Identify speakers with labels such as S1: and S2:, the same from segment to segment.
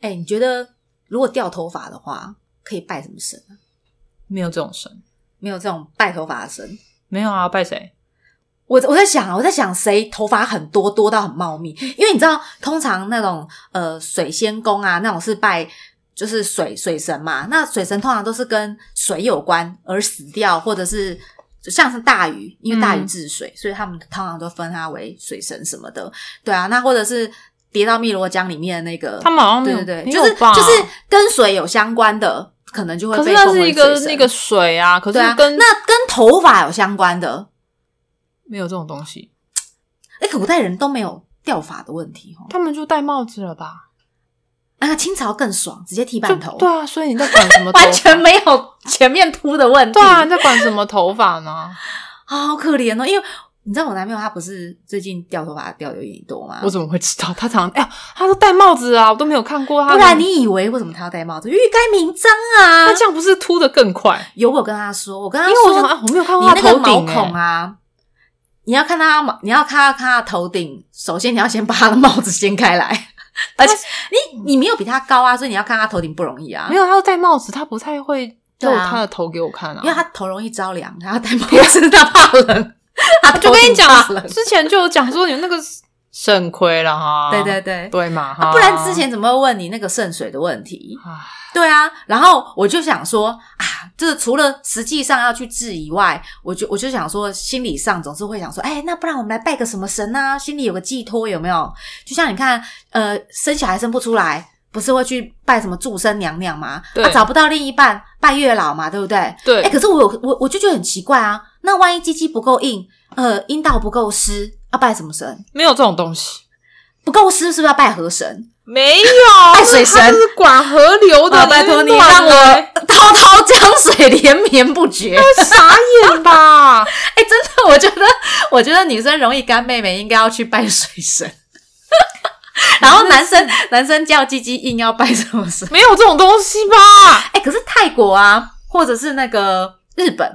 S1: 哎、你觉得如果掉头发的话，可以拜什么神啊？
S2: 没有这种神，
S1: 没有这种拜头发的神。
S2: 没有啊，拜谁？
S1: 我我在想啊，我在想谁头发很多，多到很茂密。因为你知道，通常那种呃水仙宫啊，那种是拜就是水水神嘛。那水神通常都是跟水有关而死掉，或者是就像是大禹，因为大禹
S2: 嗯
S1: 治水，所以他们通常都分他为水神什么的。对啊，那或者是跌到汨罗江里面的那个，
S2: 他们好像
S1: 对
S2: 没有，
S1: 呃对对，
S2: 没
S1: 就是
S2: 有吧
S1: 就是跟水有相关的，可能就会
S2: 可是
S1: 被
S2: 那
S1: 奉
S2: 是
S1: 为
S2: 一个
S1: 水神
S2: 那个水啊，可是
S1: 对啊，
S2: 跟、
S1: 那跟头发有相关的，
S2: 没有这种东西，
S1: 哎、古代人都没有掉发的问题哦。
S2: 他们就戴帽子了吧？
S1: 啊，清朝更爽，直接剃
S2: 就
S1: 半头，
S2: 对啊，所以你在管什么头 发？
S1: 完全没有前面秃的问题。
S2: 对啊，你在管什么头发 呢？
S1: 好可怜哦，因为你知道我男朋友他不是最近掉头发掉的有点多吗？
S2: 我怎么会知道？他常哎呀，他都戴帽子啊，我都没有看过他。
S1: 不然你以为为什么他要戴帽子？欲盖弥彰啊
S2: 那！这样不是秃的更快？
S1: 有我跟他说，我跟他
S2: 因为我想
S1: 说，
S2: 啊，我没有看
S1: 你
S2: 过他
S1: 那个
S2: 头
S1: 毛
S2: 顶、欸、
S1: 孔啊，你要看他毛，你要看他看他头顶，首先你要先把他的帽子掀开 来，而且你你没有比他高啊，所以你要看他头顶不容易啊
S2: 没。有，他都戴帽子，他不太会露
S1: 对啊
S2: 他的头给我看啊。
S1: 因为他头容易着凉，他要戴帽子，他怕 冷。他
S2: 就
S1: 头
S2: 跟
S1: 顶
S2: 你讲啊
S1: 怕冷，
S2: 之前就有讲说有那个肾亏了哈，
S1: 对对对，
S2: 对嘛哈、
S1: 啊不然之前怎么会问你那个圣水的问题？
S2: 唉
S1: 对啊，然后我就想说啊，这除了实际上要去治以外，我就我就想说，心理上总是会想说，哎，那不然我们来拜个什么神啊？心里有个寄托，有没有？就像你看，呃，生小孩生不出来，不是会去拜什么祝生娘娘吗？
S2: 对
S1: 啊，找不到另一半，拜月老嘛，对不对？
S2: 对、
S1: 哎、可是我有我我就觉得很奇怪啊，那万一鸡鸡不够硬，呃，阴道不够湿，要拜什么神？
S2: 没有这种东西。
S1: 不够湿是不是要拜河神？
S2: 没有，哎
S1: 爱水神
S2: 他就是管河流的。
S1: 啊拜托你
S2: 乱
S1: 让我
S2: 来
S1: 滔滔江水连绵不绝。
S2: 傻眼吧？
S1: 哎、真的，我觉得我觉得女生容易干妹妹，应该要去拜水神。 然后男生男生叫鸡鸡硬要拜什么神？
S2: 没有这种东西吧？
S1: 哎、可是泰国啊，或者是那个日本，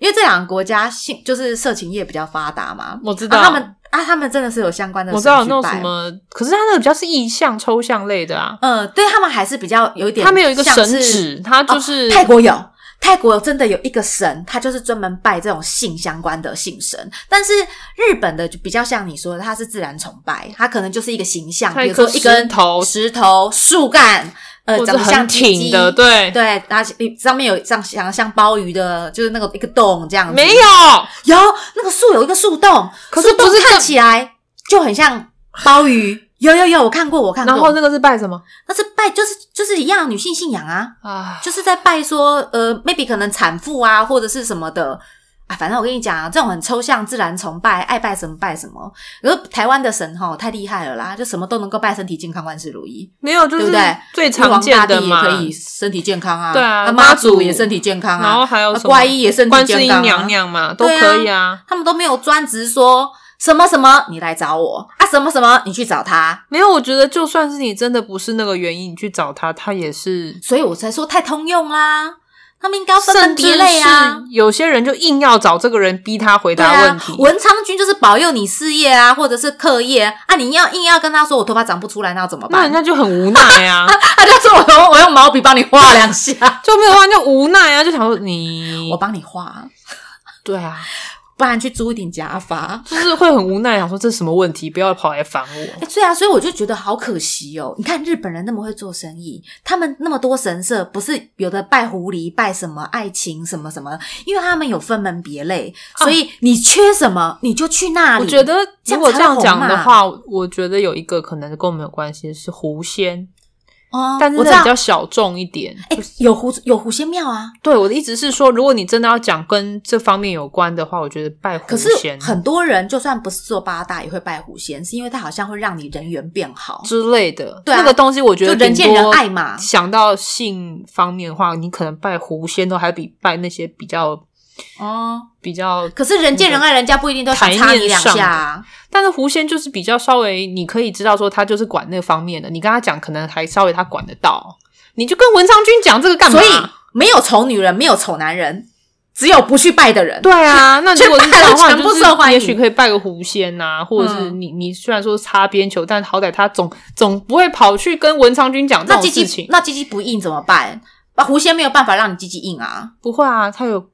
S1: 因为这两个国家性就是色情业比较发达嘛，
S2: 我知道，
S1: 啊，他们啊，他们真的是有相关的
S2: 我
S1: 神
S2: 知道有
S1: 去
S2: 那种
S1: 拜
S2: 什么，可是他那个比较是意象、抽象类的啊。
S1: 呃，对他们还是比较有一点，
S2: 他们有一个神。旨，他就是、
S1: 哦泰国有，泰国真的有一个神，他就是专门拜这种性相关的性神。但是日本的就比较像你说的，它是自然崇拜，它可能就是一个形象，
S2: 它
S1: 比
S2: 一
S1: 如
S2: 颗
S1: 说一根
S2: 石头
S1: 石头、树干，呃，
S2: 或
S1: 长
S2: 者
S1: 得像
S2: 很
S1: 鸡鸡
S2: 挺的，。对，
S1: 对，然后上面有像像像鲍鱼的，就是那个一个洞这样子。
S2: 没有，
S1: 有那个树有一个树洞，
S2: 可是
S1: 树洞
S2: 不是
S1: 看
S2: 正
S1: 起来就很像鲍鱼。有有有，我看过，我看过。
S2: 然后那个是拜什么
S1: 那是拜，就是就是一样的女性信仰啊，
S2: 啊？
S1: 就是在拜说，呃，maybe 可能产妇啊，或者是什么的啊。反正我跟你讲啊，这种很抽象、自然崇拜，爱拜什么拜什么。然后台湾的神吼太厉害了啦，就什么都能够拜，身体健康，万事如意。
S2: 没有，就
S1: 对
S2: 是
S1: 不对
S2: 最
S1: 玉
S2: 常
S1: 皇
S2: 见
S1: 大帝
S2: 的
S1: 也
S2: 嘛。
S1: 可以身体健康啊，
S2: 对啊
S1: 那妈
S2: 妈祖
S1: 祖也身体健康
S2: 然后
S1: 啊，
S2: 还有
S1: 啊
S2: 什么
S1: 观音也身体
S2: 观世
S1: 健
S2: 音
S1: 康
S2: 娘
S1: 啊。
S2: 娘嘛，都
S1: 对啊
S2: 可以啊。
S1: 他们都没有专职说什么什么，你来找我啊，什么什么你去找他。
S2: 没有，我觉得就算是你真的不是那个原因，你去找他，他也是。
S1: 所以我才说太通用啦，他们应该要分门
S2: 甚至
S1: 别
S2: 是
S1: 类啊。
S2: 有些人就硬要找这个人逼他回
S1: 对
S2: 答
S1: 啊
S2: 问题，，
S1: 文昌君就是保佑你事业啊，或者是课业啊。你要硬要跟他说我头发长不出来，那要怎么
S2: 那 人
S1: 办？
S2: 家就很无奈 啊，
S1: 他就说我用我用毛笔帮你画两下，
S2: 就没有办法，就无奈啊，就想说你
S1: 我，帮你画，
S2: 对啊，
S1: 不然去租一顶假发。
S2: 就是会很无奈，想说这是什么问题，不要跑来烦我。
S1: 哎，对啊，所以我就觉得好可惜哦。你看日本人那么会做生意，他们那么多神社，不是有的拜狐狸、拜什么爱情什么什么，因为他们有分门别类，所以你缺什么你就去那里。
S2: 我觉得啊
S1: 这样才
S2: 如果这样讲
S1: 会
S2: 的
S1: 红嘛
S2: 话，我觉得有一个可能跟我们有关系是狐仙，
S1: 哦，
S2: 但是
S1: 我知
S2: 那
S1: 道
S2: 比，较小众一点。
S1: 哎，有狐有狐仙庙啊，
S2: 对我的意思是说，如果你真的要讲跟这方面有关的话，我觉得拜狐
S1: 可是
S2: 仙
S1: 很多人就算不是做八大，也会拜狐仙，是因为它好像会让你人缘变好，
S2: 之类的，
S1: 对啊
S2: 那个东西我觉
S1: 就
S2: 得
S1: 人见
S2: 顶
S1: 人
S2: 多
S1: 爱嘛。
S2: 想到性方面的话，你可能拜狐仙都还比拜那些比较
S1: 哦，
S2: 比较，
S1: 可是人见人爱，人
S2: 嗯
S1: 家不一定都想插你两下啊。
S2: 但是狐仙就是比较稍微，你可以知道说他就是管那方面的，你跟他讲可能还稍微他管得到，你就跟文昌君讲这个干嘛？
S1: 所以没有丑女人，没有丑男人，只有不去拜的人。
S2: 对啊，那如果是这样的话，
S1: 全
S2: 你
S1: 部
S2: 就
S1: 受欢
S2: 是
S1: 迎
S2: 也许可以拜个狐仙呐、或者是
S1: 嗯
S2: 你你虽然说擦边球，但好歹他总总不会跑去跟文昌君讲这
S1: 那
S2: 种
S1: 鸡
S2: 事
S1: 鸡
S2: 情，
S1: 那鸡鸡不硬怎么办？啊，狐仙没有办法让你鸡鸡硬啊！
S2: 不会啊，他有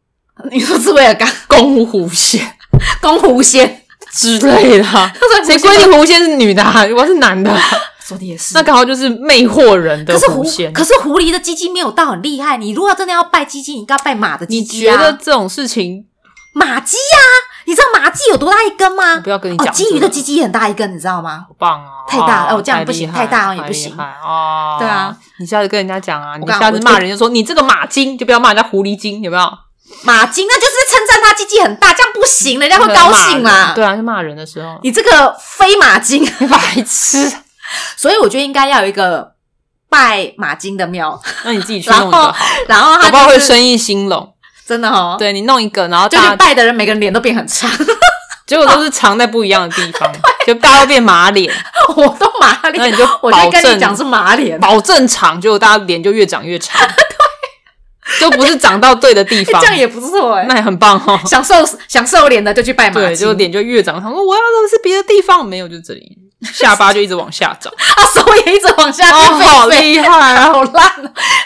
S1: 你说是为了刚
S2: 公狐仙
S1: 公狐仙，
S2: 之类的啊、谁规定狐仙是女的、啊？我是 男的啊、
S1: 说的也是
S2: 那刚好就是魅惑人的
S1: 可是
S2: 狐
S1: 狐
S2: 仙。
S1: 可是狐狸的鸡鸡没有到很厉害。你如果真的要拜鸡鸡，你应该拜马的鸡
S2: 你
S1: 鸡、
S2: 觉
S1: 啊。
S2: 得这种事情，
S1: 马鸡呀、你知道马鸡有多大一根
S2: 我
S1: 吗？
S2: 不要跟你
S1: 哦
S2: 讲、，
S1: 金鱼的鸡，鸡也很大一根，你知道吗？
S2: 好棒啊！
S1: 太大
S2: 哦
S1: 哦这样不行
S2: 厉
S1: 太
S2: 害
S1: 大哦也不行
S2: 太厉害哦。
S1: 对啊，
S2: 你下次跟人家讲啊，你
S1: 我刚
S2: 下次
S1: 我
S2: 骂人就说你这个马精，就不要骂人家狐狸精，有没有？
S1: 马鸡那就是在称赞它鸡鸡很大，这样不行，人家会高兴啦。
S2: 对啊，就骂人的时候，
S1: 你这个非马精，
S2: 你白痴，
S1: 所以我觉得应该要有一个拜马精的庙，
S2: 那你自己去弄一 个
S1: 然后
S2: 好了，
S1: 然后
S2: 搞
S1: 他
S2: 不好会
S1: 就是
S2: 生意 兴隆。
S1: 真的哦，，
S2: 对你弄一个，然后
S1: 就
S2: 大
S1: 是
S2: 家
S1: 拜的人每个人脸都变很长，
S2: 结果都是藏在不一样的地方，就大家都变马脸，
S1: 我都麻
S2: 那
S1: 脸
S2: 你，就
S1: 我
S2: 保
S1: 就跟
S2: 证
S1: 你讲是麻脸，
S2: 保证长，结果大家脸就越长 越长，就不是长到对的地
S1: 这
S2: 方，
S1: 样也不错哎、
S2: 那也很棒哦。
S1: 想瘦想瘦脸的就去拜 马
S2: 对，
S1: 精，
S2: 就脸就越长，他说我要的是别的地方，没有就 这里，下巴就一直往下长，
S1: 啊手也一直往下
S2: 哦，
S1: 去
S2: 好
S1: 飞飞
S2: 厉害啊！
S1: 好烂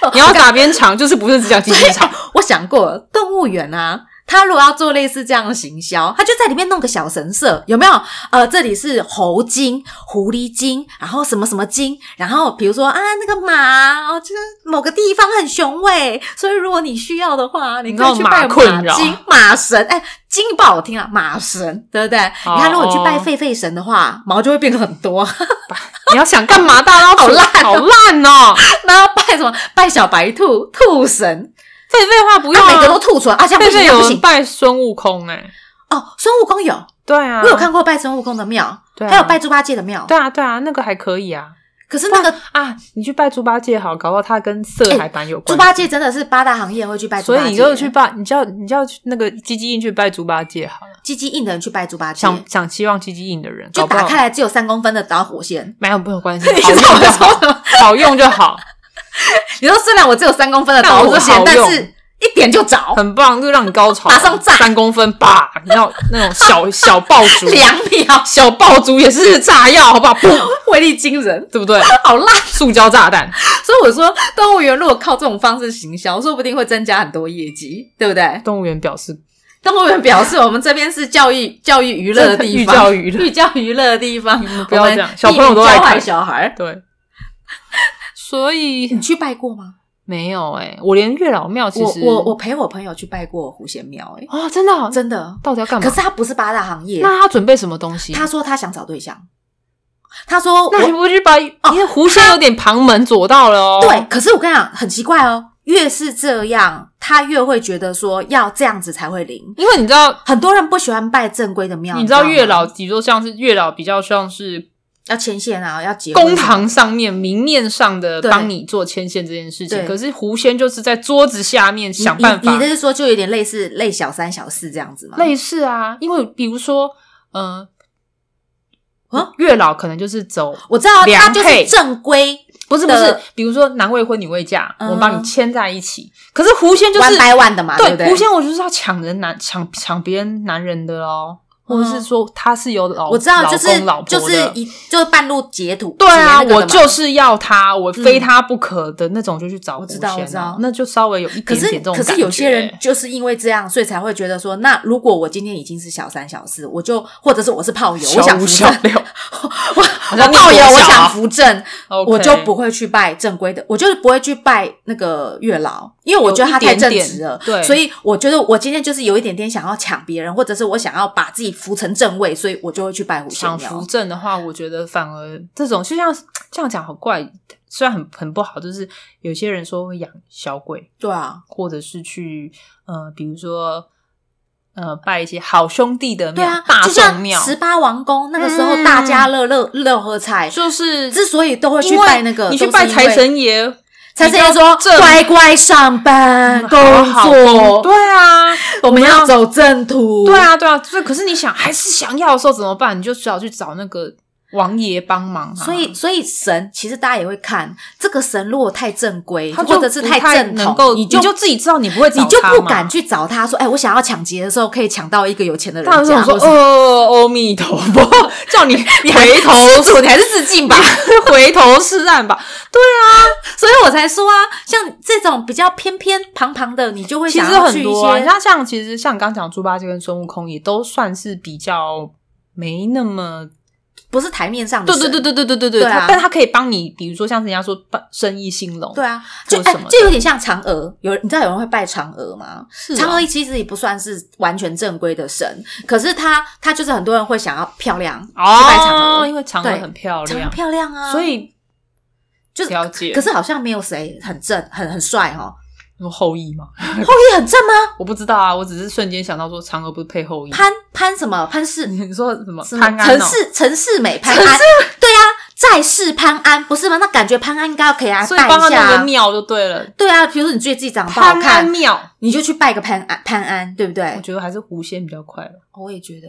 S1: 哦、
S2: 你要哪边长，就是不是只讲鸡 鸡长，
S1: 我想过动物园啊。他如果要做类似这样的行销，他就在里面弄个小神社，有没有？呃，这里是猴精、狐狸精，然后什么什么精，然后比如说啊，那个马哦，就是某个地方很雄伟，所以如果你需要的话，你可以去拜
S2: 你知道嗯马啊
S1: 马
S2: 困扰
S1: 精、马神。哎，精不好听啊，马神，对不对？
S2: 哦
S1: 你看，如果你去拜狒狒神的话，毛就会变很多。
S2: 你要想干嘛？大家都
S1: 好烂
S2: 好烂哦！
S1: 那要拜什么？拜小白兔、兔神，
S2: 狒狒话不
S1: 啊，
S2: 用
S1: 每个
S2: 啊
S1: 都，吐出来，啊，这样不
S2: 狒狒
S1: 行，这样不
S2: 有人
S1: 行。
S2: 拜孙悟空哎，
S1: 哦，孙悟空有，
S2: 对啊，
S1: 我有，看过拜孙悟空的庙，
S2: 对啊
S1: 还有拜猪八戒的庙。
S2: 对啊对啊，那个还可以啊
S1: 可是那个
S2: 啊！你去拜猪八戒好，搞不好他跟色还蛮有
S1: 哎猪
S2: 关
S1: 八戒真的是八大行业会去拜猪
S2: 所
S1: 八
S2: 以
S1: 戒，
S2: 你就去拜，你叫你叫那个鸡鸡印去拜猪八戒好了，
S1: 鸡鸡硬的人去拜猪八戒，
S2: 想想希望鸡鸡印的人
S1: 就
S2: 搞不好
S1: 打开来只有三公分的导火线。
S2: 没有没有关 系，
S1: 你
S2: 好
S1: 知道
S2: 用
S1: 我
S2: 就
S1: 在
S2: 好
S1: 说，什么？
S2: 好用就好，
S1: 你说虽然我只有三公分的
S2: 但
S1: 导
S2: 我
S1: 火
S2: 是
S1: 线
S2: 好，
S1: 但
S2: 用
S1: 是一点就 着，
S2: 很棒，就让你高潮，
S1: 马上炸
S2: 三公分，吧，你知道那种小小爆竹，
S1: 两秒，
S2: 小爆竹也是炸药，好不好？砰，
S1: 威力惊人，
S2: 对不对？
S1: 好烂。
S2: 塑胶炸弹，
S1: 所以我说，动物园如果靠这种方式行销，说不定会增加很多业绩，对不对？
S2: 动物园表示
S1: 动物园表示，我们这边是教 育、教育娱乐的地方，
S2: 寓教于乐
S1: 寓教娱乐的地方，
S2: 不要这样小朋友都
S1: 爱
S2: 爱
S1: 教
S2: 看
S1: 坏小孩儿。
S2: 对。所以
S1: 你去拜过吗？
S2: 没有哎、我连月老庙其
S1: 我
S2: 实
S1: 我我陪我朋友去拜过狐仙庙、欸，
S2: 哦，真的、哦，
S1: 真的。
S2: 到底要干嘛
S1: 可？是他不是八大行业，
S2: 那他准备什么东西？
S1: 他说他想找对象，他说
S2: 那你
S1: 我
S2: 不去把？因为狐仙有点旁门左道了哦。
S1: 对，，可是我跟你讲，很奇怪哦，越是这样，他越会觉得说要这样子才会灵。
S2: 因为你知道，
S1: 很多人不喜欢拜正规的庙，
S2: 你
S1: 你
S2: 知道月
S1: 吗
S2: 老，比如说像是月老比较像是
S1: 要牵线啊，要结婚
S2: 公堂上面明面上的
S1: 对
S2: 帮你做牵线这件事情，
S1: 对
S2: 可是狐仙就是在桌子下面
S1: 你
S2: 想办
S1: 你
S2: 法
S1: 你，这是说就有点类似类小三小四这样子吗？
S2: 类似啊，因为比如说，嗯、
S1: 啊
S2: 月老可能就是走，
S1: 我知道啊他
S2: 良
S1: 就是
S2: 配
S1: 正规
S2: 不是不
S1: 的
S2: 是，比如说男未婚女未嫁，
S1: 嗯
S2: 我帮你牵在一起，可是狐仙就是
S1: 玩掰腕的嘛，啊对不
S2: 对，狐仙我就是要抢人男抢抢别人男人的哦，或者是说他是有
S1: 嗯
S2: 老
S1: 我知道，就是
S2: 老公老婆
S1: 就
S2: 的
S1: 是一就是半路截图，
S2: 对啊，
S1: 截那个的
S2: 我
S1: 嘛
S2: 就是要他，我非他不可的那种，就去找
S1: 嗯
S2: 狐
S1: 我知
S2: 仙、
S1: 道
S2: 啊。
S1: 我知道
S2: 那就稍微有一
S1: 可
S2: 点
S1: 是
S2: 点这种
S1: 可
S2: 感觉。
S1: 是有些人就是因为这样，所以才会觉得说，那如果我今天已经是小三小四，我就或者是我是炮友，
S2: 小
S1: 我想
S2: 五
S1: 扶
S2: 小
S1: 正，
S2: 六，
S1: 我
S2: 好
S1: 我
S2: 像
S1: 炮
S2: 念
S1: 友，
S2: 国
S1: 我
S2: 小啊
S1: 想扶正，
S2: OK
S1: 我就不会去拜正规的，我就是不会去拜那个月老，因为我觉得他太正直了，
S2: 有一点点对
S1: 所以我觉得我今天就是有一点点想要抢别人，或者是我想要把自己扶成正位，所以我就会去拜狐仙
S2: 想
S1: 庙
S2: 扶。正的话，我觉得反而这种就像这样讲好怪，虽然很很不好，就是有些人说会养小鬼，
S1: 对啊，
S2: 或者是去呃，比如说呃，拜一些好兄弟的
S1: 对
S2: 庙、
S1: 啊，
S2: 大
S1: 就像
S2: 众庙，嗯
S1: 十八王宫那个时候大家乐乐乐喝彩，
S2: 就是
S1: 之所以都会去
S2: 因为
S1: 拜那个，
S2: 你去
S1: 都是
S2: 拜
S1: 因
S2: 财
S1: 为
S2: 神爷，
S1: 财神爷说
S2: 比较正
S1: 乖乖上班工
S2: 嗯好好啊
S1: 作，
S2: 对啊，
S1: 我们要走正途。
S2: 对，啊，对啊，所以可是你想还是想要的时候怎么办？你就只好去找那个王爷帮忙、啊，
S1: 所以，所以神其实大家也会看这个神，如果太正规，
S2: 他
S1: 或
S2: 就
S1: 者是
S2: 不
S1: 太
S2: 太
S1: 正
S2: 能
S1: 统，
S2: 够，
S1: 你
S2: 就自己知道你不会找
S1: 你就
S2: 他
S1: 不
S2: 嘛
S1: 敢。去找他说，哎、我想要抢劫的时候，可以抢到一个有钱的人
S2: 他有
S1: 家，
S2: 种说
S1: 或：“者是
S2: 哦，阿弥陀佛，叫你
S1: 你还
S2: 回头
S1: 施主，你还是自尽吧。
S2: 回头是岸吧。”
S1: 所以我才说啊，像这种比较偏偏旁旁的，你就会
S2: 其
S1: 想
S2: 实
S1: 要
S2: 很
S1: 去一
S2: 多、啊，
S1: 些。
S2: 像像其实像你刚讲猪八戒跟孙悟空也都算是比较没那么
S1: 不是台面上的
S2: 对
S1: 神，
S2: 对对对对对对对，
S1: 对啊
S2: 他但他可以帮你，比如说像人家说帮生意兴隆，
S1: 对，啊，就
S2: 或
S1: 哎、
S2: 什么的
S1: 就有点像嫦娥，有人你知道有人会拜嫦娥吗？
S2: 是
S1: 嫦
S2: 啊
S1: 娥其实也不算是完全正规的神，可是她她就是很多人会想要漂亮，去拜嫦
S2: 哦，
S1: 娥
S2: 因为嫦娥
S1: 对
S2: 很漂
S1: 长得
S2: 亮，
S1: 漂亮啊，
S2: 所以
S1: 就是
S2: 了解。
S1: 可是好像没有谁很正很很帅哦，
S2: 有后羿吗？
S1: 后羿很正吗？
S2: 我不知道啊，我只是瞬间想到说嫦娥不是配后羿，
S1: 潘潘什么潘氏
S2: 你说什么
S1: 什么
S2: 嗯潘安
S1: 陈
S2: 哦，
S1: 世陈世美潘
S2: 陈
S1: 安，对啊，在世潘安不是吗？那感觉潘安应该要可以来
S2: 所以
S1: 拜
S2: 帮他
S1: 一下
S2: 弄个
S1: 啊。
S2: 庙就对了。
S1: 对啊，比如说你觉得自己长得不好
S2: 潘安
S1: 看，
S2: 庙，
S1: 你就去拜个潘安潘安，对不
S2: 我
S1: 对？
S2: 觉得还是狐仙比较快了。
S1: 我也觉得，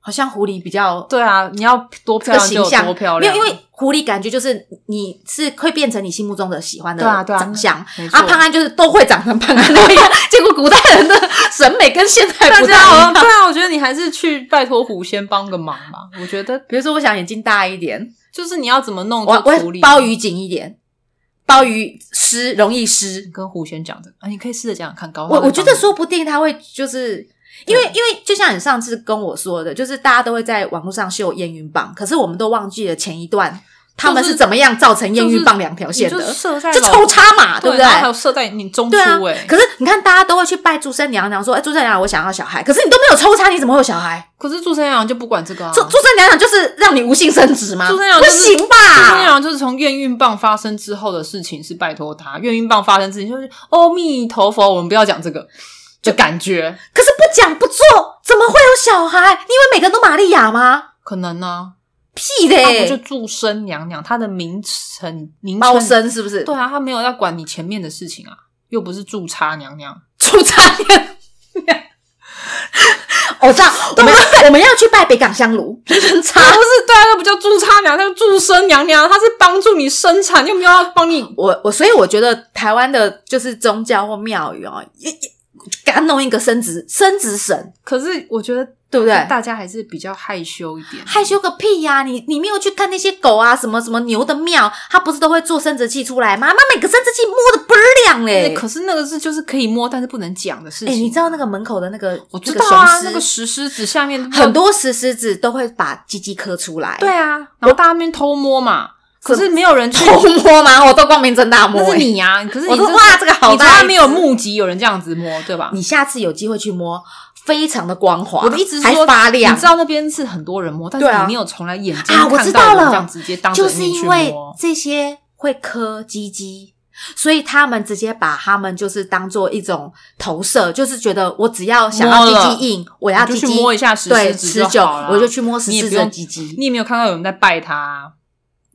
S1: 好像狐狸比较
S2: 对啊，你要多
S1: 这
S2: 漂
S1: 个
S2: 亮就
S1: 形
S2: 有
S1: 象
S2: 多漂
S1: 没有，
S2: 亮，
S1: 因为狐狸感觉就是你是会变成你心目中的喜欢的
S2: 对啊对啊
S1: 长相。
S2: 没错
S1: 啊，潘安就是都会长成潘安那样，结果古代人的审美跟现代
S2: 大
S1: 不太
S2: 家
S1: 一
S2: 好
S1: 样
S2: 像。对啊，我觉得你还是去拜托狐仙帮个忙吧。我觉得
S1: 比如说，我想眼睛大一点，
S2: 就是你要怎么弄
S1: 我
S2: 就
S1: 我
S2: 处理。
S1: 包鱼紧一点，包鱼湿容易湿
S2: 你。跟狐仙讲的啊，你可以试着讲讲看，搞不好
S1: 我
S2: 会
S1: 我觉得
S2: 帮你
S1: 说不定他会就是。因为，因为就像你上次跟我说的，就是大家都会在网络上秀验孕棒，可是我们都忘记了前一段他们
S2: 就是
S1: 是怎么样造成验孕棒两条线
S2: 你
S1: 的，
S2: 就射在
S1: 就
S2: 老
S1: 抽插嘛，
S2: 对
S1: 不对？
S2: 然后还有射在你中
S1: 对啊
S2: 枢哎，，
S1: 可是你看，大家都会去拜朱生娘娘，说：“哎，朱生娘娘，我想要小孩。”可是你都没有抽查，你怎么会有小孩？
S2: 可是祝生阳就不管这个啊，
S1: 朱、朱生娘娘就是让你无性哦生殖吗？
S2: 祝生阳
S1: 不
S2: 就是
S1: 行
S2: 祝生
S1: 吧？
S2: 阳就是从验孕棒发生之后的事情是拜托他，验孕棒发生之前就是哦阿弥陀佛，我们不要讲这个，就感觉
S1: 可是不讲不做，怎么会有小孩？你以为每个人都玛利亚吗？
S2: 可能呢，
S1: 屁
S2: 他不就
S1: 嘞！
S2: 祝生娘娘，她的名称名
S1: 猫
S2: 称
S1: 生是不是？
S2: 对啊，他没有要管你前面的事情啊，又不是驻插娘娘。
S1: 出差娘。我 知道，我们我们要去拜北港香炉，
S2: 他不是对啊，那不叫驻插娘娘，驻生娘娘，她是帮助你生产，又没有要帮 你。
S1: 我我所以我觉得台湾的就是宗教或庙宇哦，也也给他弄一个生殖生殖神，
S2: 可是我觉得，
S1: 对不对？
S2: 大家还是比较害羞一点，
S1: 害羞个屁呀、你你没有去看那些狗啊，什么什么牛的庙，它不是都会做生殖器出来吗？那每个生殖器摸的倍儿亮嘞、
S2: 对。可是那个是就是可以摸，但是不能讲的事
S1: 哎、
S2: 情。
S1: 你知道那个门口的那个
S2: 我知道啊，
S1: 那
S2: 那
S1: 个
S2: 个
S1: 石
S2: 石狮子下面
S1: 狮很多石狮子都会把鸡鸡磕出来，
S2: 对，啊，然后大家面偷摸嘛，可是没有人去。
S1: 偷摸吗？我都光明正大摸、
S2: 那是
S1: 欸
S2: 你呀、可是
S1: 我
S2: 你
S1: 说
S2: 这
S1: 哇这个好
S2: 你从
S1: 大
S2: 来
S1: 一
S2: 没有
S1: 只
S2: 目击有人这样子摸，对吧？
S1: 哎你下次有机会去摸，非常的光滑，
S2: 我的意思是
S1: 还
S2: 说，
S1: 发亮，
S2: 你知道那边是很多人摸，但是
S1: 对啊
S2: 你没有从来眼睛
S1: 啊我知
S2: 看
S1: 道
S2: 到人
S1: 了
S2: 这样直接当着
S1: 就是
S2: 面去
S1: 因为
S2: 摸。
S1: 这些会磕鸡鸡，所以他们直接把他们就是当做一种投射，就是觉得我只要想要
S2: 摸了
S1: 鸡鸡硬，我要
S2: 你
S1: 鸡
S2: 就
S1: 鸡
S2: 去摸一下石狮
S1: 对
S2: 子
S1: 持久
S2: 好啦，
S1: 我就去摸石
S2: 你也
S1: 狮
S2: 不
S1: 子的
S2: 用
S1: 鸡鸡。
S2: 你也没有看到有人在拜他啊、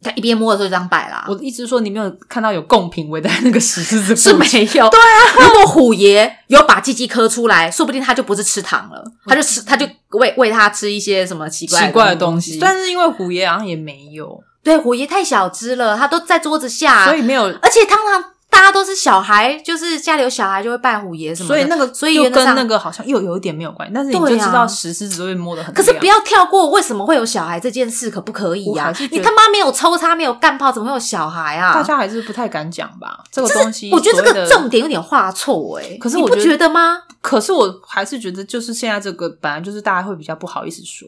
S1: 他一边摸的时候就这样摆啦
S2: 我，的意思是说，你没有看到有贡品围在那个石 狮子
S1: 是
S2: 附
S1: 没
S2: 近
S1: 有。对啊，如果虎爷有把鸡鸡磕出来，说不定他就不是吃糖了，他就吃他就喂喂他吃一些什么奇怪
S2: 奇怪的
S1: 东
S2: 东西，但是因为虎爷好像也没有，
S1: 对虎爷太小只了，他都在桌子下，
S2: 所以没有，
S1: 而且通常大家都是小孩，就是家里有小孩就会拜虎爷什么的，
S2: 所以那个
S1: 所以
S2: 又
S1: 原则
S2: 跟
S1: 上
S2: 那个好像又有一点没有关系。但是你就
S1: 对
S2: 知
S1: 啊
S2: 道石狮子会摸的很
S1: 可
S2: 亮，
S1: 是不要跳过为什么会有小孩这件事，可不可以
S2: 我
S1: 呀、
S2: 还是觉
S1: 你
S2: 得
S1: 他妈没有抽插，没有干炮，怎么会有小孩啊？
S2: 大家还是不太敢讲吧。这个东西，
S1: 我觉得这
S2: 所谓
S1: 个
S2: 的
S1: 重点有点画错哎、
S2: 可是
S1: 你
S2: 我
S1: 不
S2: 觉得
S1: 觉得吗？
S2: 可是我还是觉得，就是现在这个本来就是大家会比较不好意思说，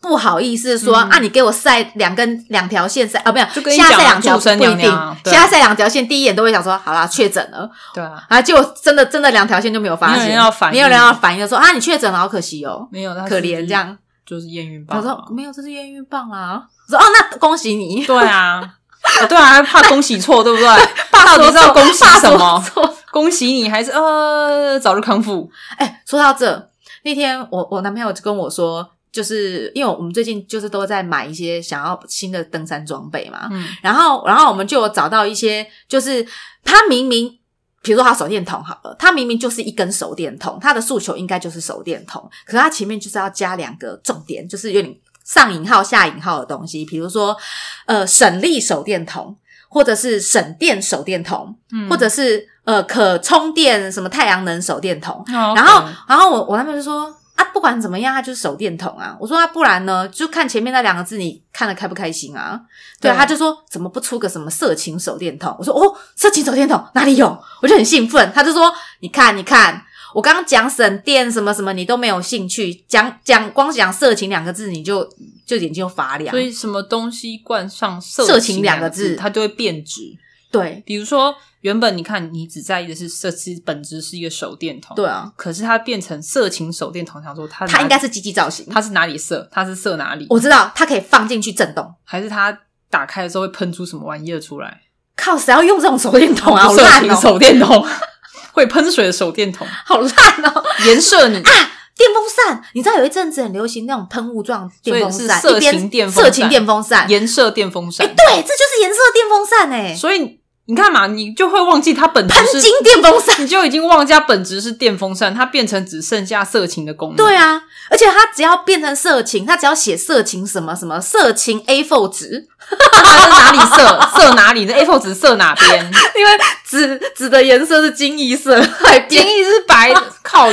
S1: 不好意思说、
S2: 嗯
S1: 啊，你给我晒两根两条线晒啊，没有，
S2: 就跟你
S1: 现在晒
S2: 讲啊
S1: 两条
S2: 祝生
S1: 不一
S2: 娘
S1: 定
S2: 娘啊，
S1: 现
S2: 对
S1: 在晒两条线，第一眼都会想说好啦，确诊了
S2: 对啊，
S1: 啊，结果真的真的两条线就没有发现，
S2: 没有人要反应
S1: 没有人要反应就说啊，你确诊了，好可惜哦，
S2: 没有，他
S1: 可怜这样。
S2: 就是验孕棒
S1: 我
S2: 啊。
S1: 说没有，这是验孕棒啊。我说哦，那恭喜 你，
S2: 对啊，哦对啊，还怕恭喜错，对 不对？
S1: 爸
S2: 到底是要恭喜什么？
S1: 爸说错
S2: 恭喜你还是呃早日康复？
S1: 哎、说到这，那天我我男朋友就跟我说，就是因为我们最近就是都在买一些想要新的登山装备嘛，
S2: 嗯，
S1: 然后然后我们就有找到一些，就是他明明。比如说他手电筒好了，他明明就是一根手电筒，他的诉求应该就是手电筒，可是他前面就是要加两个重点，就是有点上引号下引号的东西，比如说呃省力手电筒，或者是省电手电筒，
S2: 嗯
S1: 或者是呃可充电什么太阳能手电筒。
S2: 哦，OK
S1: 然后，然后我我男朋友就说啊，不管怎么样，他就是手电筒啊。我说啊，不然呢，就看前面那两个字，你看了开不开心啊？对，
S2: 对
S1: 他就说怎么不出个什么色情手电筒？我说哦，色情手电筒哪里有？我就很兴奋。他就说你看，你看。我刚刚讲省电什么什么，你都没有兴趣，讲讲光讲色情两个字，你就就眼睛就发亮
S2: 所。以什么东西冠上色
S1: 色情
S2: 情
S1: 两
S2: 个
S1: 个字
S2: 它就会变质。
S1: 对
S2: 比如说，原本你看你只在意的是色，其实本质是一个手电筒，
S1: 对。啊，
S2: 可是它变成色情手电筒，想说它
S1: 它
S2: 它
S1: 应该是积极造型。
S2: 它是哪里色？它是色哪里？
S1: 我知道它可以放进去震动，
S2: 还是它打开的时候会喷出什么玩意儿出来？
S1: 靠，谁要用这种手电筒啊？ 好
S2: 色
S1: 烂
S2: 情
S1: 哦，
S2: 手电筒， 会喷水的手电筒，
S1: 好烂哦。
S2: 颜色你。
S1: 电风扇，你知道有一阵子很流行那种喷雾状电风扇，
S2: 所以是色
S1: 一边
S2: 情电风扇
S1: 色情电风扇。
S2: 颜色电风扇。
S1: 哎对，这就是颜色电风扇哎、
S2: 所以你看嘛，你就会忘记它本质
S1: 喷金
S2: 是，
S1: 电风扇。
S2: 你就已经忘记它本质是电风扇，它变成只剩下色情的功能。
S1: 对，啊，而且它只要变成色情，它只要写色情什么什么色情 A4 纸，
S2: 它是哪里色色哪里？那 A4 纸色哪边？
S1: 因为纸纸的颜色是金翼色，还
S2: 金
S1: 变
S2: 翼是白的，靠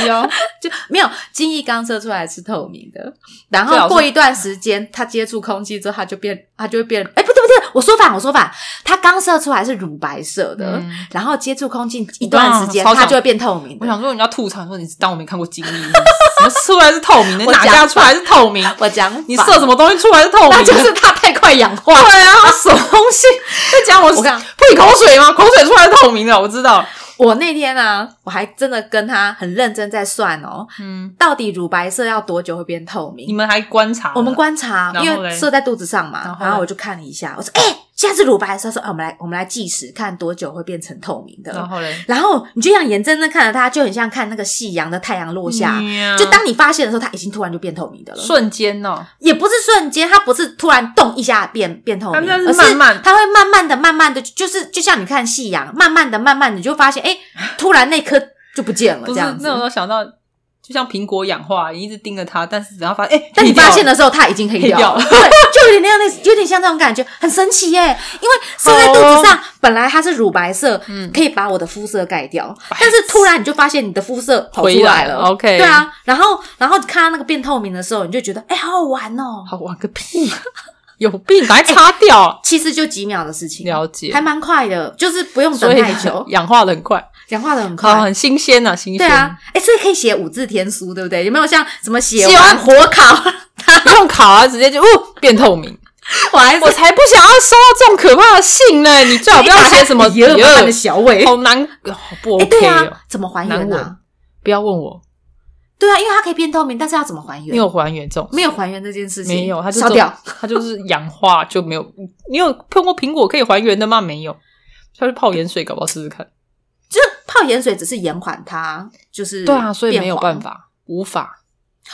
S2: 腰。
S1: 就没有金翼刚射出来是透明
S2: 啊
S1: 的，然
S2: 最好
S1: 后
S2: 是
S1: 过一段时间它接触空气之后，它就变它就会变，哎、不对不对，我说反我说反，它刚射出来是乳白色的，
S2: 嗯
S1: 然后接触空气一段时间，
S2: 哇超
S1: 它
S2: 爽
S1: 就会变透明的。
S2: 我想说，你要吐槽说你当我没看过金翼，什么出来是透明的，
S1: 我
S2: 哪
S1: 讲
S2: 家出来是透明？
S1: 我讲法，
S2: 你射什么东西出来是透明的？
S1: 那 就是它太快氧化。
S2: 对啊，什么东西？在讲我
S1: 我跟你讲
S2: 呸口水吗？口水出来是透明的，我知道。
S1: 我那天啊，我还真的跟他很认真在算哦，
S2: 嗯，
S1: 到底乳白色要多久会变透
S2: 你
S1: 明？
S2: 们还观察了？
S1: 哦我们观察，
S2: 然后
S1: 因
S2: 嘞
S1: 为射在肚子上嘛，
S2: 然
S1: 然
S2: 后
S1: 后
S2: 嘞
S1: 我就看了一下，我说：“哎、现在是乳白色。”说：“啊，我们来，我们来计时，看多久会变成透明的。
S2: 然后嘞，
S1: 然后你就这样眼睁睁看着它，就很像看那个夕阳的太阳落下。
S2: 喵
S1: 就当你发现的时候，它已经突然就变透明的了。
S2: 瞬间哦，
S1: 也不是瞬间，它不是突然动一下变变透明，
S2: 它那
S1: 而
S2: 是慢慢
S1: 是它会慢慢的、慢慢的，就是就像你看夕阳，慢慢的、慢慢的，你就发现， 哎、突然那颗就不见了，
S2: 不
S1: 这
S2: 是
S1: 样
S2: 那种
S1: 子。
S2: 都想到，就像苹果氧化，你一直盯着它，但是只要发现，哎、
S1: 但你
S2: 黑掉
S1: 发现的时候，它已经黑掉了，
S2: 黑
S1: 对，就有点那样，那有点像这种感觉，很神奇耶、因为射在肚子上，本来它是乳白色，
S2: 嗯
S1: 可以把我的肤色盖掉，
S2: 白
S1: 但是突然你就发现你的肤色跑
S2: 回
S1: 出
S2: 来
S1: 了
S2: 了，OK
S1: 对啊，然后然后看到那个变透明的时候，你就觉得，哎、好好玩哦、
S2: 好玩个屁， 有病，赶快擦掉。
S1: 其实就几秒的事情，
S2: 了解
S1: 还蛮快的，就是不用
S2: 所
S1: 等
S2: 以，
S1: 太久
S2: 氧化的很快，
S1: 讲话的很
S2: 好，
S1: 快。
S2: 很新鲜呐、新鲜。
S1: 对啊，哎，所以可以写五字天书，对不对？有没有像什么写
S2: 写
S1: 完
S2: 完
S1: 火烤？
S2: 不用烤啊，直接就哦变透明。
S1: 我还
S2: 我
S1: 是
S2: 才不想要收到这种可怕的信呢！你最好不要写什么
S1: 一二
S2: 哎
S1: 八
S2: 呦
S1: 的小伟。
S2: 好难，好不
S1: 哎，对
S2: OK 哦
S1: 啊。，怎么还
S2: 难
S1: 原啊
S2: 闻？不要问我，
S1: 对啊，因为它可以变透明，但是要怎么还
S2: 你
S1: 原？
S2: 有还原这种
S1: 没有还原这件事情，
S2: 没有，它就
S1: 烧
S2: 这
S1: 掉。
S2: 种，它就是氧化就没有。你有碰过苹果可以还原的吗？没有，下去泡盐水，搞不好试试看。
S1: 就是泡盐水只是延缓它，就是
S2: 对啊，所以
S1: 变
S2: 没有
S1: 黄
S2: 办。法，无法。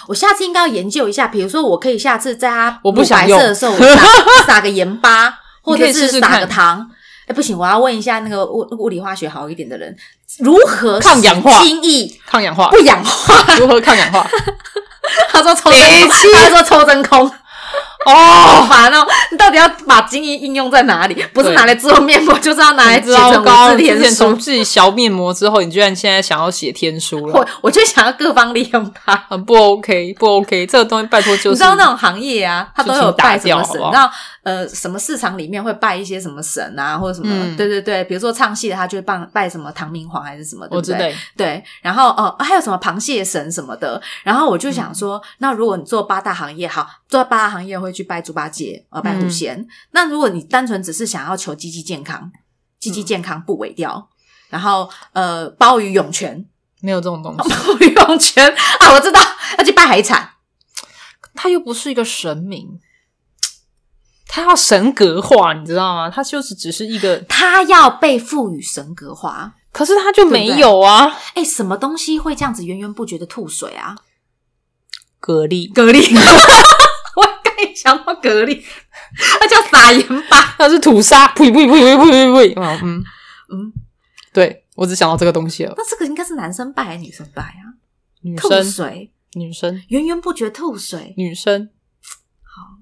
S1: 我下次应该要研究一下，比如说我可以下次在它
S2: 我不想
S1: 乳白
S2: 用
S1: 色的时候，我 撒撒个盐巴，或者
S2: 你可以试
S1: 是
S2: 试
S1: 撒
S2: 看
S1: 个糖。哎，不行，我要问一下那个物物理化学好一点的人，如何
S2: 抗氧化
S1: 使精益
S2: 抗氧化
S1: 不，氧化？
S2: 如何抗氧化？
S1: 他说抽真
S2: 北
S1: 空，他说抽真空，好
S2: 哦，
S1: 烦哦！你到底要把精益应用在哪里？不是
S2: 对
S1: 拿来做面膜，就是要拿来写
S2: 糟
S1: 成
S2: 糕！
S1: 文字
S2: 之前
S1: 天
S2: 从
S1: 书。
S2: 自己削面膜之后，你居然现在想要写天书了
S1: 我，我就想要各方利用它。
S2: 很不 OK，不 OK。这个东西拜托就是
S1: 你知道那种行业啊，他都有拜什么
S2: 就请打掉好
S1: 神，
S2: 不好
S1: 你知道呃什么市场里面会拜一些什么神啊，或者什么，
S2: 嗯
S1: 对对对，比如说唱戏的他就会拜拜什么唐明皇还是什么，对
S2: 我
S1: 不
S2: 知
S1: 对？
S2: 道。
S1: 对，然后哦、呃还有什么螃蟹神什么的，然后我就想说，那如果你做八大行业，好，做八大行业会去拜猪八戒，呃，拜狐
S2: 嗯
S1: 仙。那如果你单纯只是想要求积极健康，积极健康不萎掉，然后呃，鲍鱼涌泉，
S2: 没有这种东西，
S1: 鲍鱼涌泉啊，我知道要去拜海产。
S2: 他又不是一个神明，他要神格化，你知道吗？他就是只是一个，
S1: 他要被赋予神格化。
S2: 可是他就没有啊。
S1: 哎，什么东西会这样子源源不绝的吐水啊？
S2: 蛤蜊，
S1: 蛤蜊， 我刚也想到蛤蜊，那叫撒盐巴。
S2: 那是吐沙，呸呸呸呸呸呸呸。嗯
S1: 嗯
S2: 嗯，对我只想到这个东西了。
S1: 那这个应该是男生拜还是女生拜啊？
S2: 女
S1: 吐
S2: 生，
S1: 水，
S2: 女生，
S1: 源源不绝吐水。
S2: 女生，
S1: 好，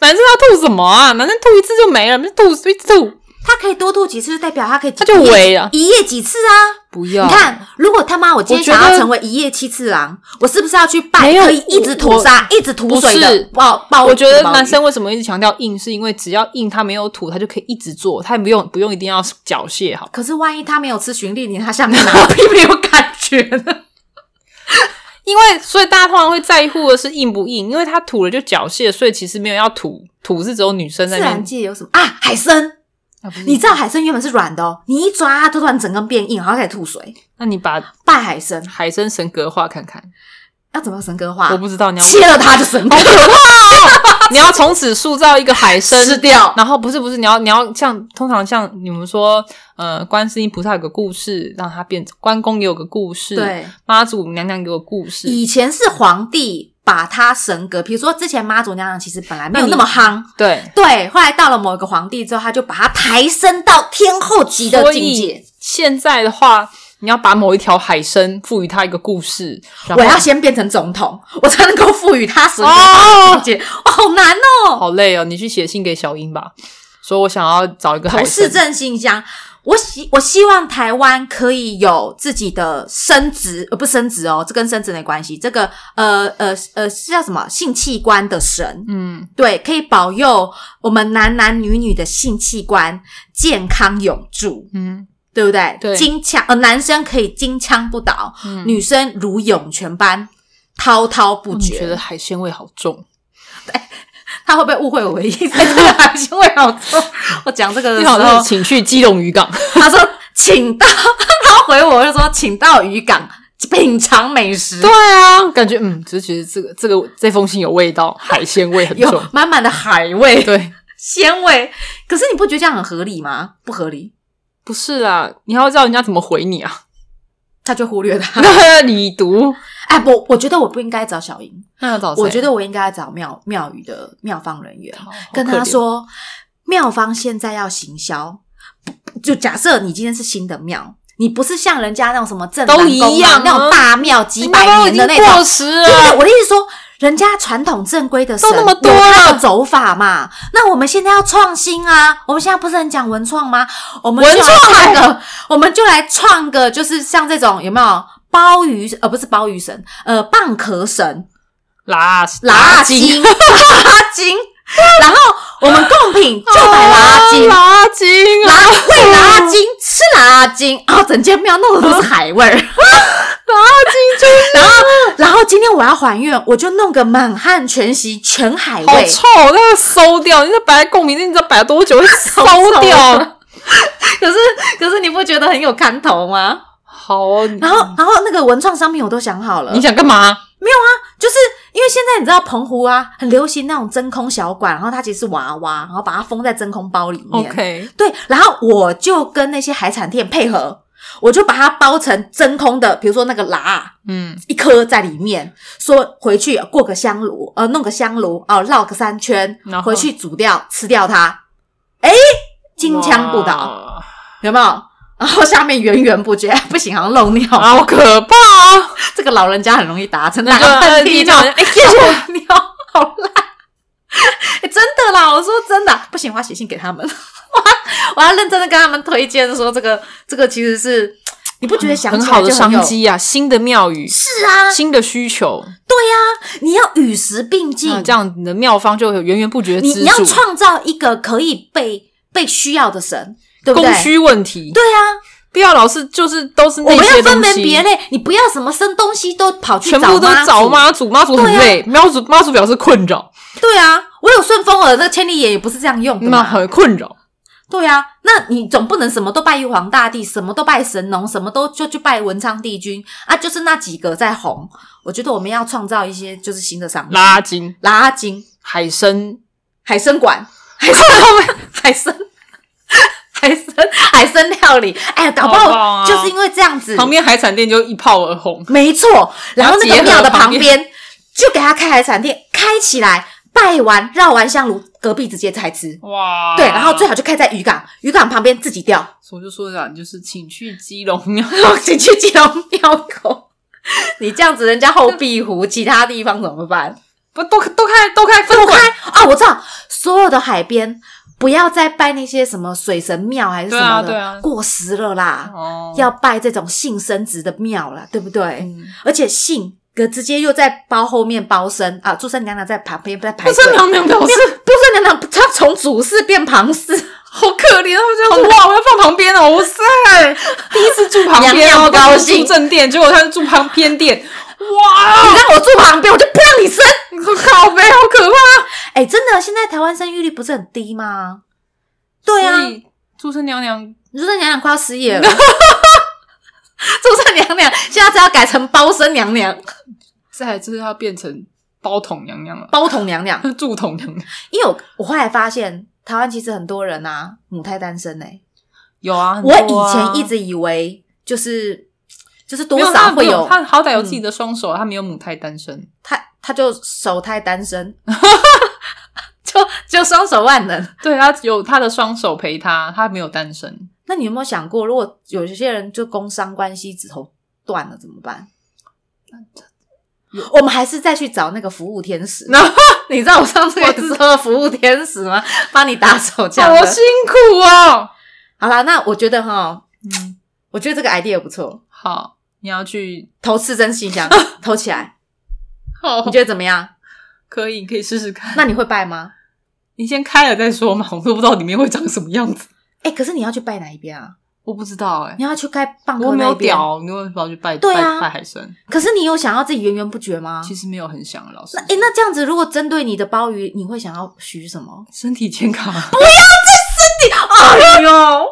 S2: 男生要吐什么啊？男生吐一次就没了，那吐一直吐，
S1: 他可以多吐几次，代表他可以
S2: 他就
S1: 一夜
S2: 围了
S1: 一夜几次啊？
S2: 不要
S1: 你看，如果他妈我今天想
S2: 我觉
S1: 要
S2: 得
S1: 成为一夜七次郎，我是不是要去拜
S2: 没有
S1: 可以一直
S2: 我
S1: 屠杀、一直屠水
S2: 不
S1: 的
S2: 是
S1: 暴暴？
S2: 我觉得男生为什么一直强调硬，是因为只要硬他没有吐，他就可以一直做，他也不用不用一定要缴械，好吧？
S1: 可是万一他没有吃循例，你他下面 哪 里没有感觉呢？
S2: 因为所以大家通常会在乎的是硬不硬，因为他吐了就缴械，所以其实没有要吐，吐是只有女生在
S1: 自
S2: 那
S1: 然
S2: 边。
S1: 界有什么啊？海参，
S2: 啊不是
S1: 你知道海参原本是软的哦，你一抓它，突然整根变硬，然后开始吐水。
S2: 那你把
S1: 拜海参
S2: 海参神格化看看，
S1: 要怎么神格化
S2: 我？不知道你哦要
S1: 切了它就神格，啊
S2: 你要从此塑造一个海参
S1: 吃掉。
S2: 然后不是不是，你要你要像通常像你们说，呃，观世音菩萨有个故事，让他变关公也有个故事，，
S1: 对，
S2: 妈祖娘娘也有个故事，
S1: 以前是皇帝把他神格，比如说之前妈祖娘娘其实本来没有
S2: 那你
S1: 那么夯，
S2: 对，
S1: 对，后来到了某一个皇帝之后，他就把他抬升到天后级的
S2: 所
S1: 境
S2: 以
S1: 界。
S2: 现在的话，你要把某一条海参赋予它一个故事，然
S1: 我
S2: 后
S1: 要先变成总统，我才能够赋予他神格
S2: 哦
S1: 境界。哇好难哦！
S2: 好累哦，你去写信给小英吧，说我想要找一个海
S1: 投市
S2: 参。
S1: 政信箱，我希我希望台湾可以有自己的生殖，呃，不生殖哦，这跟生殖没关系。这个呃呃呃是叫什么性器官的神，
S2: 嗯，
S1: 对，可以保佑我们男男女女的性器官健康永驻，
S2: 嗯
S1: 对不对？
S2: 对
S1: 金枪呃，男生可以金枪不倒，
S2: 嗯
S1: 女生如涌泉般滔滔不
S2: 我
S1: 绝。
S2: 嗯觉得海鲜味好重，
S1: 他会不会误会我的意思？这个 男生会好重。我讲这个的
S2: 你
S1: 时
S2: 好，那
S1: 候，
S2: 请去基隆 渔港。
S1: 他说请到，他回我就说请到渔港品尝美食。
S2: 对啊，感觉嗯，只是觉得这个这个这封信有味道，海鲜味很 重
S1: 有。满满的海味、
S2: 对，
S1: 鲜味，可是你不觉得这样很合理吗？不合理，
S2: 不是啊，你还要知道人家怎么回你 啊？
S1: 他就忽略他。
S2: 你读，
S1: 哎，我我觉得我不应该找小英，
S2: 那要找谁？
S1: 我觉得我应该找妙妙宇的妙方人员，
S2: 哦好好
S1: 跟
S2: 可
S1: 他
S2: 怜
S1: 说，妙方现在要行销，就假设你今天是新的庙，你不是像人家那种什么正
S2: 都
S1: 南
S2: 一
S1: 宫啊
S2: 样
S1: 那种
S2: 啊
S1: 大庙几
S2: 人
S1: 百
S2: 家都已
S1: 年的
S2: 经
S1: 那
S2: 过
S1: 种。
S2: 时
S1: 对对
S2: 了，
S1: 对，我的意思说，人家传统正规的神
S2: 都那么多
S1: 有那个
S2: 了
S1: 走法嘛，那我们现在要创新啊！我们现在不是很讲文创吗？我们
S2: 文
S1: 就来
S2: 创
S1: 创个，我们就来创个，就是像这种有没有鲍鱼呃不是鲍鱼神呃蚌壳神，
S2: 拉
S1: 拉筋，拉筋， 然后我们贡品就买拉筋，拉
S2: 拉筋哦啊，
S1: 会拉筋，吃拉筋，然后整间庙弄的都是海味儿，然后 然后今天我要还愿，我就弄个满汉全席全海
S2: 好
S1: 味，
S2: 臭，那个馊掉，你这摆在共鸣，你知道摆了多久会馊
S1: 好臭？
S2: 掉
S1: 可是可是你不觉得很有看头吗？
S2: 好哦，
S1: 然后然后那个文创商品我都想好了，
S2: 你想干嘛？
S1: 就是因为现在你知道澎湖啊很流行那种真空小管，然后它其实是娃娃，然后把它封在真空包里面。
S2: OK，
S1: 对，然后我就跟那些海产店配合，我就把它包成真空的，比如说那个辣
S2: 嗯，
S1: 一颗在里面，说回去过个香炉，呃，弄个香炉哦，绕个三圈
S2: 然，后
S1: 回去煮掉吃掉它，哎，金枪不倒，
S2: 哇，
S1: 有没有？然后下面源源不绝， 不行，好像漏尿，
S2: 好可怕哦！
S1: 这个老人家很容易达成，
S2: 啊
S1: 打
S2: 那就
S1: 个喷嚏
S2: 地
S1: 就
S2: 上，哎，谢谢
S1: 漏尿， 好烂、哎真的啦，我说真的，不行，我要写信给他们， 我要我要认真的跟他们推荐说，这个这个其实是你不觉得想
S2: 很
S1: 起
S2: 好
S1: 来
S2: 的
S1: 就很有
S2: 商？机啊，新的庙宇，
S1: 是啊，
S2: 新的需求，
S1: 你要与时并进，
S2: 那这样你的妙方就有源源不绝的
S1: 嗯你
S2: 资
S1: 你要
S2: 助。
S1: 创造一个可以被被需要的神，对不
S2: 供
S1: 对？
S2: 需问题，
S1: 对啊，
S2: 不要老是就是都是那
S1: 我们
S2: 些
S1: 要分
S2: 东
S1: 门
S2: 西
S1: 别类，你不要什么生东西都跑去
S2: 全部都找
S1: 祖？
S2: 妈祖，妈祖很
S1: 对啊
S2: 累，妈祖妈祖表示困扰，
S1: 对啊，我有顺风耳，那个千里眼也不是这样用的
S2: 那
S1: 嘛。
S2: 很困扰。
S1: 对啊，那你总不能什么都拜玉皇大帝，什么都拜神农，什么都就去拜文昌帝君啊，就是那几个在红。我觉得我们要创造一些就是新的商品，
S2: 拉筋、
S1: 拉筋、
S2: 海参，
S1: 海参馆、 海参海参、 海参、海参料理，哎，搞不
S2: 好棒
S1: 好
S2: 啊
S1: 就是因为这样子，
S2: 旁边海产店就一炮而红。
S1: 没错，然后那
S2: 结
S1: 个
S2: 合
S1: 庙的
S2: 旁
S1: 旁
S2: 边
S1: 边就给他开海产店，开起来，拜完绕完香炉，隔壁直接才吃。
S2: 哇
S1: 对，然后最好就开在渔港，渔港旁边自己钓。
S2: 我就说讲，就是请去基隆啊庙，
S1: 你去 基隆庙口，你这样子人家后壁湖，其他地方怎么办？
S2: 不都都开都开分
S1: 躲
S2: 管
S1: 开啊！我知道，所有的海边不要再拜那些什么水神庙还是什么的，
S2: 对啊对啊
S1: 过时了啦，
S2: 哦，
S1: 要拜这种性生殖的庙啦，对不对？
S2: 嗯
S1: 而且性哥直接又在包后面包身啊，祝生娘娘在旁边在排
S2: 不
S1: 队，
S2: 是娘娘表示
S1: 祝生娘娘她从主事变旁事，
S2: 好可怜，他们就哇，我要放旁边哦，哇塞，第一次住旁
S1: 娘
S2: 边，
S1: 娘
S2: 然后
S1: 不高
S2: 当时
S1: 兴
S2: 住正殿，结果他是住旁偏殿，哇，哦
S1: 你让我住旁边，我就不让你生。
S2: 你说靠背好可怕，
S1: 哎、真的，现在台湾生育率不是很低吗？对啊，，
S2: 祝生娘娘
S1: 你说这娘娘快要失业 了，祝生娘娘现在只要改成包生娘娘、
S2: 再就是要变成包桶娘娘了，
S1: 包桶娘娘，
S2: 住桶娘娘
S1: 因为我我后来发现，台湾其实很多人啊母胎单身哎、
S2: 有啊，很
S1: 我
S2: 多啊
S1: 以前一直以为就是就是多
S2: 没有他
S1: 少
S2: 没
S1: 会
S2: 有，
S1: 有嗯
S2: 他好歹有自己的双手，啊他没有母胎单身，
S1: 他他就手胎单身， 就就双手万能。
S2: 对他有他的双手陪他，他没有单身，
S1: 那你有没有想过，如果有些人就工伤关系指头断了怎么办？我们还是再去找那个服务天使。 你知道我上次也说服务天使吗？帮你打手枪的
S2: 好。辛苦哦，
S1: 好啦，那我觉得哈，
S2: 嗯，
S1: 我觉得这个 idea 不错，
S2: 好，你要去，
S1: 投刺针信箱投起 来，
S2: 好哦
S1: 你，觉得怎么样？
S2: 可以，你可以试试看。
S1: 那你会拜吗？
S2: 你先开了再说嘛，我都不知道里面会长什么样子，
S1: 哎、可是你要去拜哪一边啊？
S2: 我不知道哎、
S1: 你要去拜棒
S2: 我
S1: 哥
S2: 没
S1: 那
S2: 有
S1: 一边。
S2: 屌，你为什么要去拜、
S1: 对啊
S2: 拜拜海参？
S1: 可是你有想要自己源源不绝吗？
S2: 其实没有很想，老师
S1: 那。诶、那这样子，如果针对你的
S2: 啊
S1: 鲍鱼，你会想要许什么？
S2: 身体健康，
S1: 哎呦，